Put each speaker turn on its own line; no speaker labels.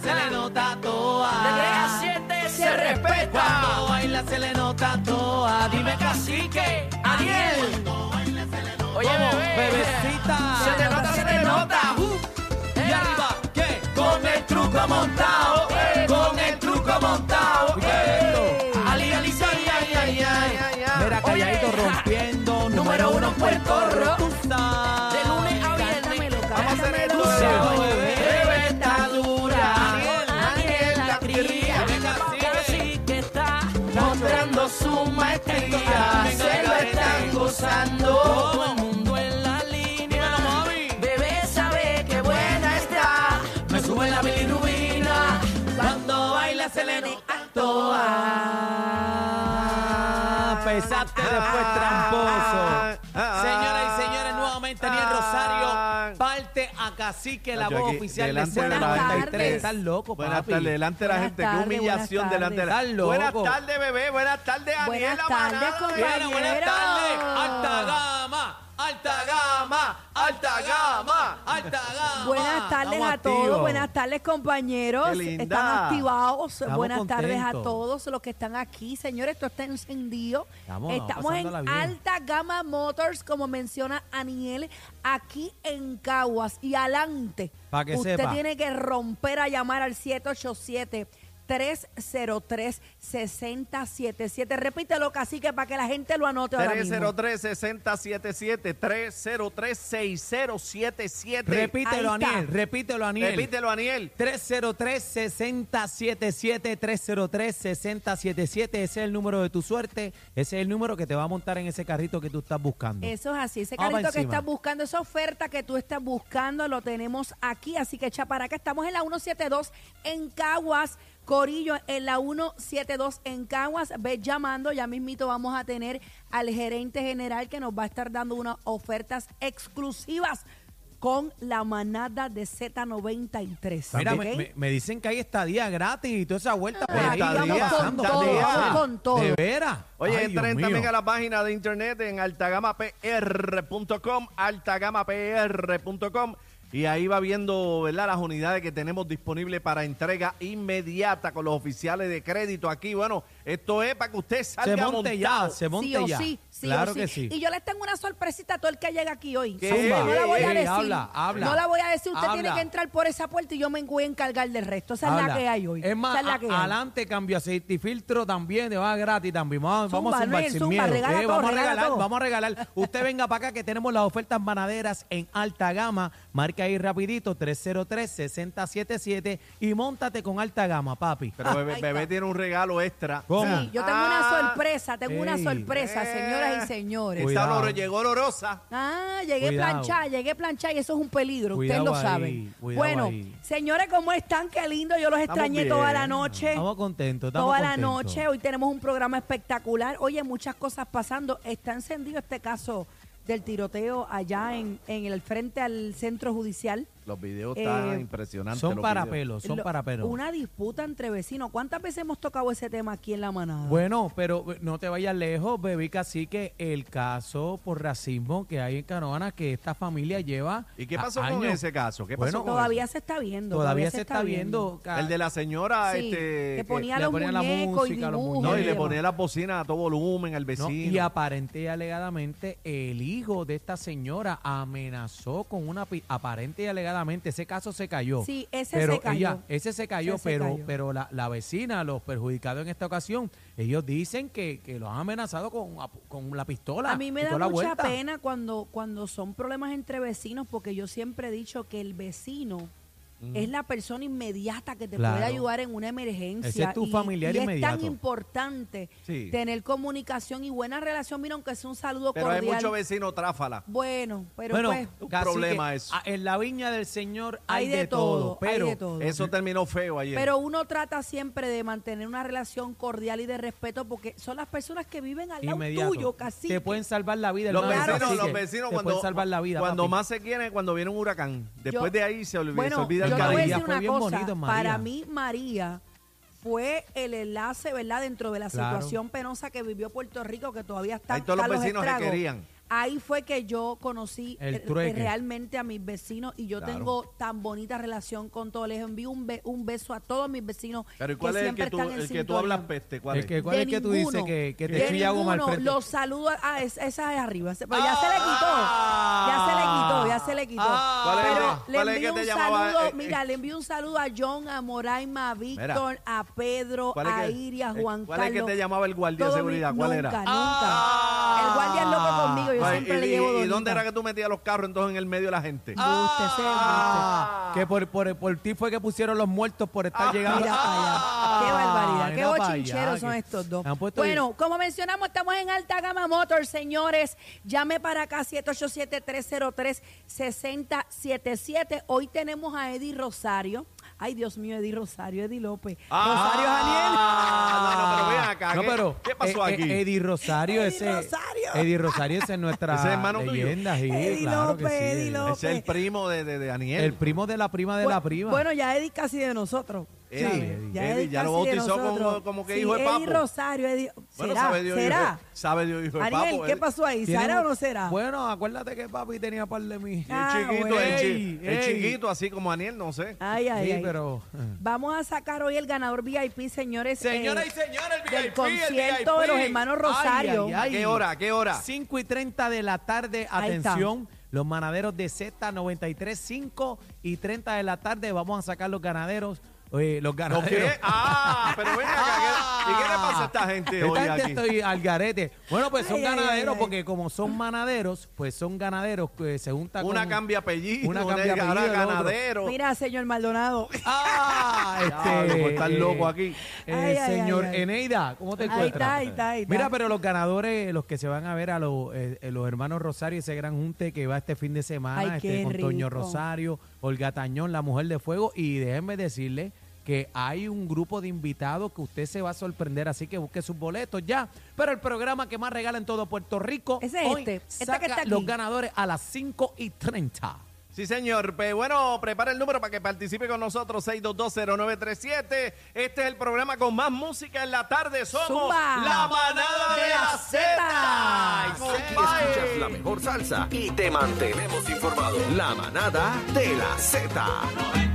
se le nota toa.
De 3 a 7 se
Cuando
respeta.
baila se le nota toa. Dime
Dime cacique, Ariel. Oye,
¿Cómo?
bebé.
Bebecita.
Se te nota, se te nota.
Uh, y
Ea.
arriba, ¿qué? Con el truco montado, eh, con el truco montado. eh. Ali, ali, ay, ay, ay, ay. Mira,
Oye,
calladito
ja.
rompiendo.
Número uno en Puerto Rico.
Tú sabes.
De lunes a
Cántamelo,
viernes.
Vamos a hacer el
Tú
duro.
sabes.
bebé. Bebé está dura.
Ariel, Ariel, la cría.
Venga, sigue.
Cacique está.
Mostrando su maestría.
Venga,
Se lo
venga,
están
venga. Todo el
gozando.
mundo en la línea.
Dímelo, mami.
Bebé sabe que buena está.
Me sube la bilirrubina cuando baila se le nota toa. Ah, Pesaste después tramposo. Señoras y señores, nuevamente Daniel Rosario parte a Cacique, la
Ah, Yo
voz
aquí,
oficial de
delante de
Cero
la
gente.
93. Estás loco,
Buenas
papi.
tardes, delante de la
Buenas
gente.
tardes,
Qué
buenas
humillación
tardes.
delante de
Estás
la
loco.
Buenas tardes, bebé. Buenas tardes, Daniela.
Buenas tardes,
manada de-
compañero.
Bueno, buenas tardes. Alta gama, alta gama, alta gama, alta gama.
Buenas tardes
estamos
a todos,
activos.
buenas tardes compañeros,
Qué linda.
están activados,
Estamos
buenas tardes a
contentos.
todos los que están aquí, señores, esto está encendido,
Estamos, estamos
en
pasándola bien.
Alta Gama Motors, como menciona Aniel, aquí en Caguas y adelante,
Pa' que
usted
sepa.
tiene que romper a llamar al 787 303 6077. Repítelo, cacique, para que la gente lo anote ahora mismo.
303-6077. 303-6077.
Repítelo,
Ahí está.
Aniel. Repítelo, Aniel.
Repítelo, Aniel.
303-6077, 303-6077, ese es el número de tu suerte, ese es el número que te va a montar en ese carrito que tú estás buscando.
Eso es así, ese
Vamos
carrito que
encima.
estás buscando, esa oferta que tú estás buscando, lo tenemos aquí. Así que echa para acá, estamos en la 172 en Caguas, Corillo, en la 172 en Caguas. Ve llamando, ya mismito vamos a tener al gerente general que nos va a estar dando unas ofertas exclusivas con la manada de Z93.
Mira,
¿ok?
me, me- me dicen que hay estadía gratis y toda esa vuelta. por ahí.
Ahí
vamos
Estadía,
con
santo,
todo,
¿qué pasa?
vamos
con todo.
De veras.
Oye,
Ay,
entra
Dios mío.
también a la página de internet en altagamapr.com, altagamapr.com, y ahí va viendo, ¿verdad?, las unidades que tenemos disponibles para entrega inmediata con los oficiales de crédito aquí. Bueno, esto es para que usted
Se
salga
monte ya,
montado.
se monte
sí o
ya.
sí, sí
claro
o sí.
que sí.
Y yo les tengo una sorpresita a todo el que llega aquí hoy.
¿Qué?
No la voy a
Ey,
decir.
habla, habla.
No la voy a decir. Usted tiene
Habla.
que entrar por esa puerta y yo me voy a encargar del resto. Esa es la
Habla.
que hay hoy.
Es más,
Esa es la
a-
que hay.
adelante cambio aceite y filtro también, te va gratis también. Vamos,
Zumba,
vamos a zumbar
Noel,
sin
zumba,
miedo.
regala todo,
vamos a
regala
regalar,
todo.
vamos a regalar. Usted venga para acá que tenemos las ofertas manaderas en alta gama. Marca ahí rapidito 303-6077 y montate con alta gama, papi.
Pero bebé,
Ah, ahí
bebé
está.
tiene un regalo extra.
¿Cómo?
Sí, yo tengo una
Ah,
sorpresa, tengo una
ey.
sorpresa,
eh.
señoras y señores.
Está
Cuidado.
loro- llegó Lorosa.
Ah, llegué
Cuidado.
planchada, llegué planchada y eso es un peligro,
Cuidado
ustedes lo
ahí,
saben.
cuidado
Bueno,
ahí.
señores, ¿cómo están? Qué lindo, yo los extrañé
bien.
toda la noche.
Estamos contentos, estamos
Toda la
contentos.
noche, hoy tenemos un programa espectacular. Oye, muchas cosas pasando. Está encendido este caso del tiroteo allá en, en el frente al centro judicial.
Los videos
Eh,
están impresionantes.
Son
los
para
videos.
pelos, son
Lo-
para pelos.
Una disputa entre vecinos. ¿Cuántas veces hemos tocado ese tema aquí en la manada?
Bueno, pero eh, no te vayas lejos, bebé que el caso por racismo que hay en Canoana que esta familia lleva
¿Y qué
a-
pasó con
años.
ese caso? ¿Qué
Bueno,
pasó con
todavía
eso?
se está viendo.
Todavía se está viendo. ca-
El de la señora,
Sí,
este,
que
que-
ponía
le
los
ponían la
muñecos y
música, los
dibujos.
No, y le
Ujema.
demás.
ponía la bocina a todo volumen al
¿no?
vecino.
Y aparente y alegadamente el hijo de esta señora amenazó con una pi- aparente y alegadamente ese caso se cayó.
Sí, e-, ese
pero
se cayó.
ella- ese se cayó,
Ese se
pero
cayó.
pero la, la vecina, los perjudicados en esta ocasión, ellos dicen que, que los han amenazado con, ap- con la pistola.
A mí me
y
da
toda la
mucha
vuelta.
pena cuando, cuando son problemas entre vecinos, porque yo siempre he dicho que el vecino es la persona inmediata que te puede
Claro.
ayudar en una emergencia.
Ese es tu
y-
familiar
y Es tan
inmediato.
importante
Sí.
tener comunicación y buena relación, mira, aunque sea un saludo
Pero hay
cordial.
muchos vecinos tráfala.
Bueno, pero
Bueno,
pues,
un
casi
problema
que
eso.
a- En la viña del Señor
hay,
hay,
de, todo, hay
pero
de todo.
Eso terminó feo ayer.
Pero uno trata siempre de mantener una relación cordial y de respeto porque son las personas que viven al lado
inmediato.
tuyo, casi.
Te pueden salvar la vida.
los
hermano,
vecinos,
así
los
que
vecinos
te
cuando,
pueden salvar la vida.
cuando
papi.
más se quieren es cuando viene un huracán. Después
Yo-
de ahí se olvida,
bueno,
se olvida
yo te
el
voy a
cariño.
decir
cariño.
Fue
una
bien
cosa.
bonito, María.
Para mí, María fue el enlace, ¿verdad? Dentro de la
Claro.
situación penosa que vivió Puerto Rico, que todavía está.
Ahí todos los
están
vecinos que
estragos.
querían.
Ahí fue que yo conocí
El
re-
trueque.
realmente a mis vecinos y yo
Claro.
tengo tan bonita relación con todos. Les envío un, be- un beso a todos mis vecinos.
Pero ¿y cuál
que
es el
siempre
que tú,
están en
el que tú hablas
sintonía.
peste? ¿Cuál
El
es?
que- ¿Cuál
De
es que tú dices
ninguno.
que- que te
De
chilla goma al
ninguno.
frente?
Los saludo. Ah, es- esa es arriba. ese- Pero ya se le quitó. Ya se le
Ah.
quitó, ya se le quitó.
Ah.
¿Cuál es?
Pero
¿Cuál es
le envío
que te
un
llamaba?
saludo.
Eh, eh,
mira, le envío un saludo a John, a Moraima, a Víctor, a Pedro,
¿Cuál es
a
que-
Iri, a
eh,
Juan
cuál es
Carlos.
que te llamaba el guardia de
Todo mi-
seguridad? ¿Cuál era?
Nunca, nunca.
Ah.
El guardia es loco conmigo. Yo
Ay,
siempre
y-
le
y-
llevo
¿Y, dónde
donita. Ah,
era que tú metías los carros entonces en el medio de la gente?
Embuste, ese embuste.
Ah, que por, por, por ti fue que pusieron los muertos por estar llegando.
Ah, Mira para allá. Qué barbaridad. Qué
Mira para allá,
bochincheros son
que-
estos dos.
han puesto-
Bueno, como mencionamos, estamos en Alta Gama Motors, señores. Llame para acá 787-303-6077. Hoy tenemos a Eddie Rosario. Ay, Dios mío, Eddie Rosario, Eddie López. Rosario
Ah, no, no, pero ven acá.
No,
¿qué-
pero
¿Qué pasó
eh, eh,
aquí?
Eddie Rosario,
Eddie
ese.
Rosario.
Eddie Rosario, ese es nuestra
Ese es hermano tuyo.
leyenda. sí,
Eddie
claro que
López,
sí,
Eddie
Eddie.
López.
Ese es el primo de, de, de Daniel.
El primo de la prima de
Bueno,
la prima.
Bueno, ya Eddie casi de nosotros.
Eddie,
¿sabes?
Eddie, Eddie, ya lo
casi de
bautizó como-
nosotros.
como que
Sí,
hijo de
Eddie
papo.
Rosario, Eddie.
bueno,
¿Será?
sabe Dios, hijo-
¿Será?
sabe Dios, hijo de
Ariel,
papo.
¿qué pasó ahí?
Tiene
¿Será o
un-
no será?
Bueno, acuérdate que papi tenía par de mí.
Ah,
Es chiquito,
bueno.
es chi-
Ey,
es
ey.
chiquito, así como Daniel, no sé.
Ay, ay,
sí,
ay.
pero.
Vamos a sacar hoy el ganador VIP, señores.
Señoras
eh,
y señores, el
Del
VIP,
concierto
el
de los
VIP.
hermanos
Ay,
Rosario.
ay, ay.
¿A qué hora? ¿A qué hora?
5 y 30 de la tarde,
Ahí está.
atención, los manaderos de Z93, 5 y 30 de la tarde, vamos a sacar los ganaderos, eh, los
¿Los
ganaderos.
qué? Ah, pero ven acá. ¿qué- ¿Y qué le pasa a esta gente hoy
Esta gente
aquí?
estoy al garete. Bueno, pues son
Ay, ay,
ganaderos,
ay, ay.
porque como son manaderos, pues son ganaderos que se juntan
Una cambia apellido,
Una
una
cambia apellido,
ahora
el otro.
ganadero.
Mira, señor Maldonado.
Ah,
Diablo, pues están
este,
eh,
locos aquí.
eh,
Ay, ay,
señor
ay, ay.
Eneida, ¿cómo te
Ahí
encuentras?
está, ahí está, ahí está.
Mira, pero los ganadores, los que se van a ver a los, eh, eh, los hermanos Rosario, ese gran junte que va este fin de semana,
Ay,
este,
qué
con Toño
rico.
Rosario, Olga Tañón, la mujer de fuego, y déjenme decirle que hay un grupo de invitados que usted se va a sorprender, así que busque sus boletos ya. Pero el programa que más regala en todo Puerto Rico,
Ese es
hoy
este, este
saca
que está aquí.
los ganadores a las 5 y 30.
Sí, señor. Pues bueno, prepara el número para que participe con nosotros, 6220937. Este es el programa con más música en la tarde. Somos
Zumba.
la manada de la Z.
Aquí
Aquí escuchas la mejor salsa y te mantenemos informado. La manada de la Z.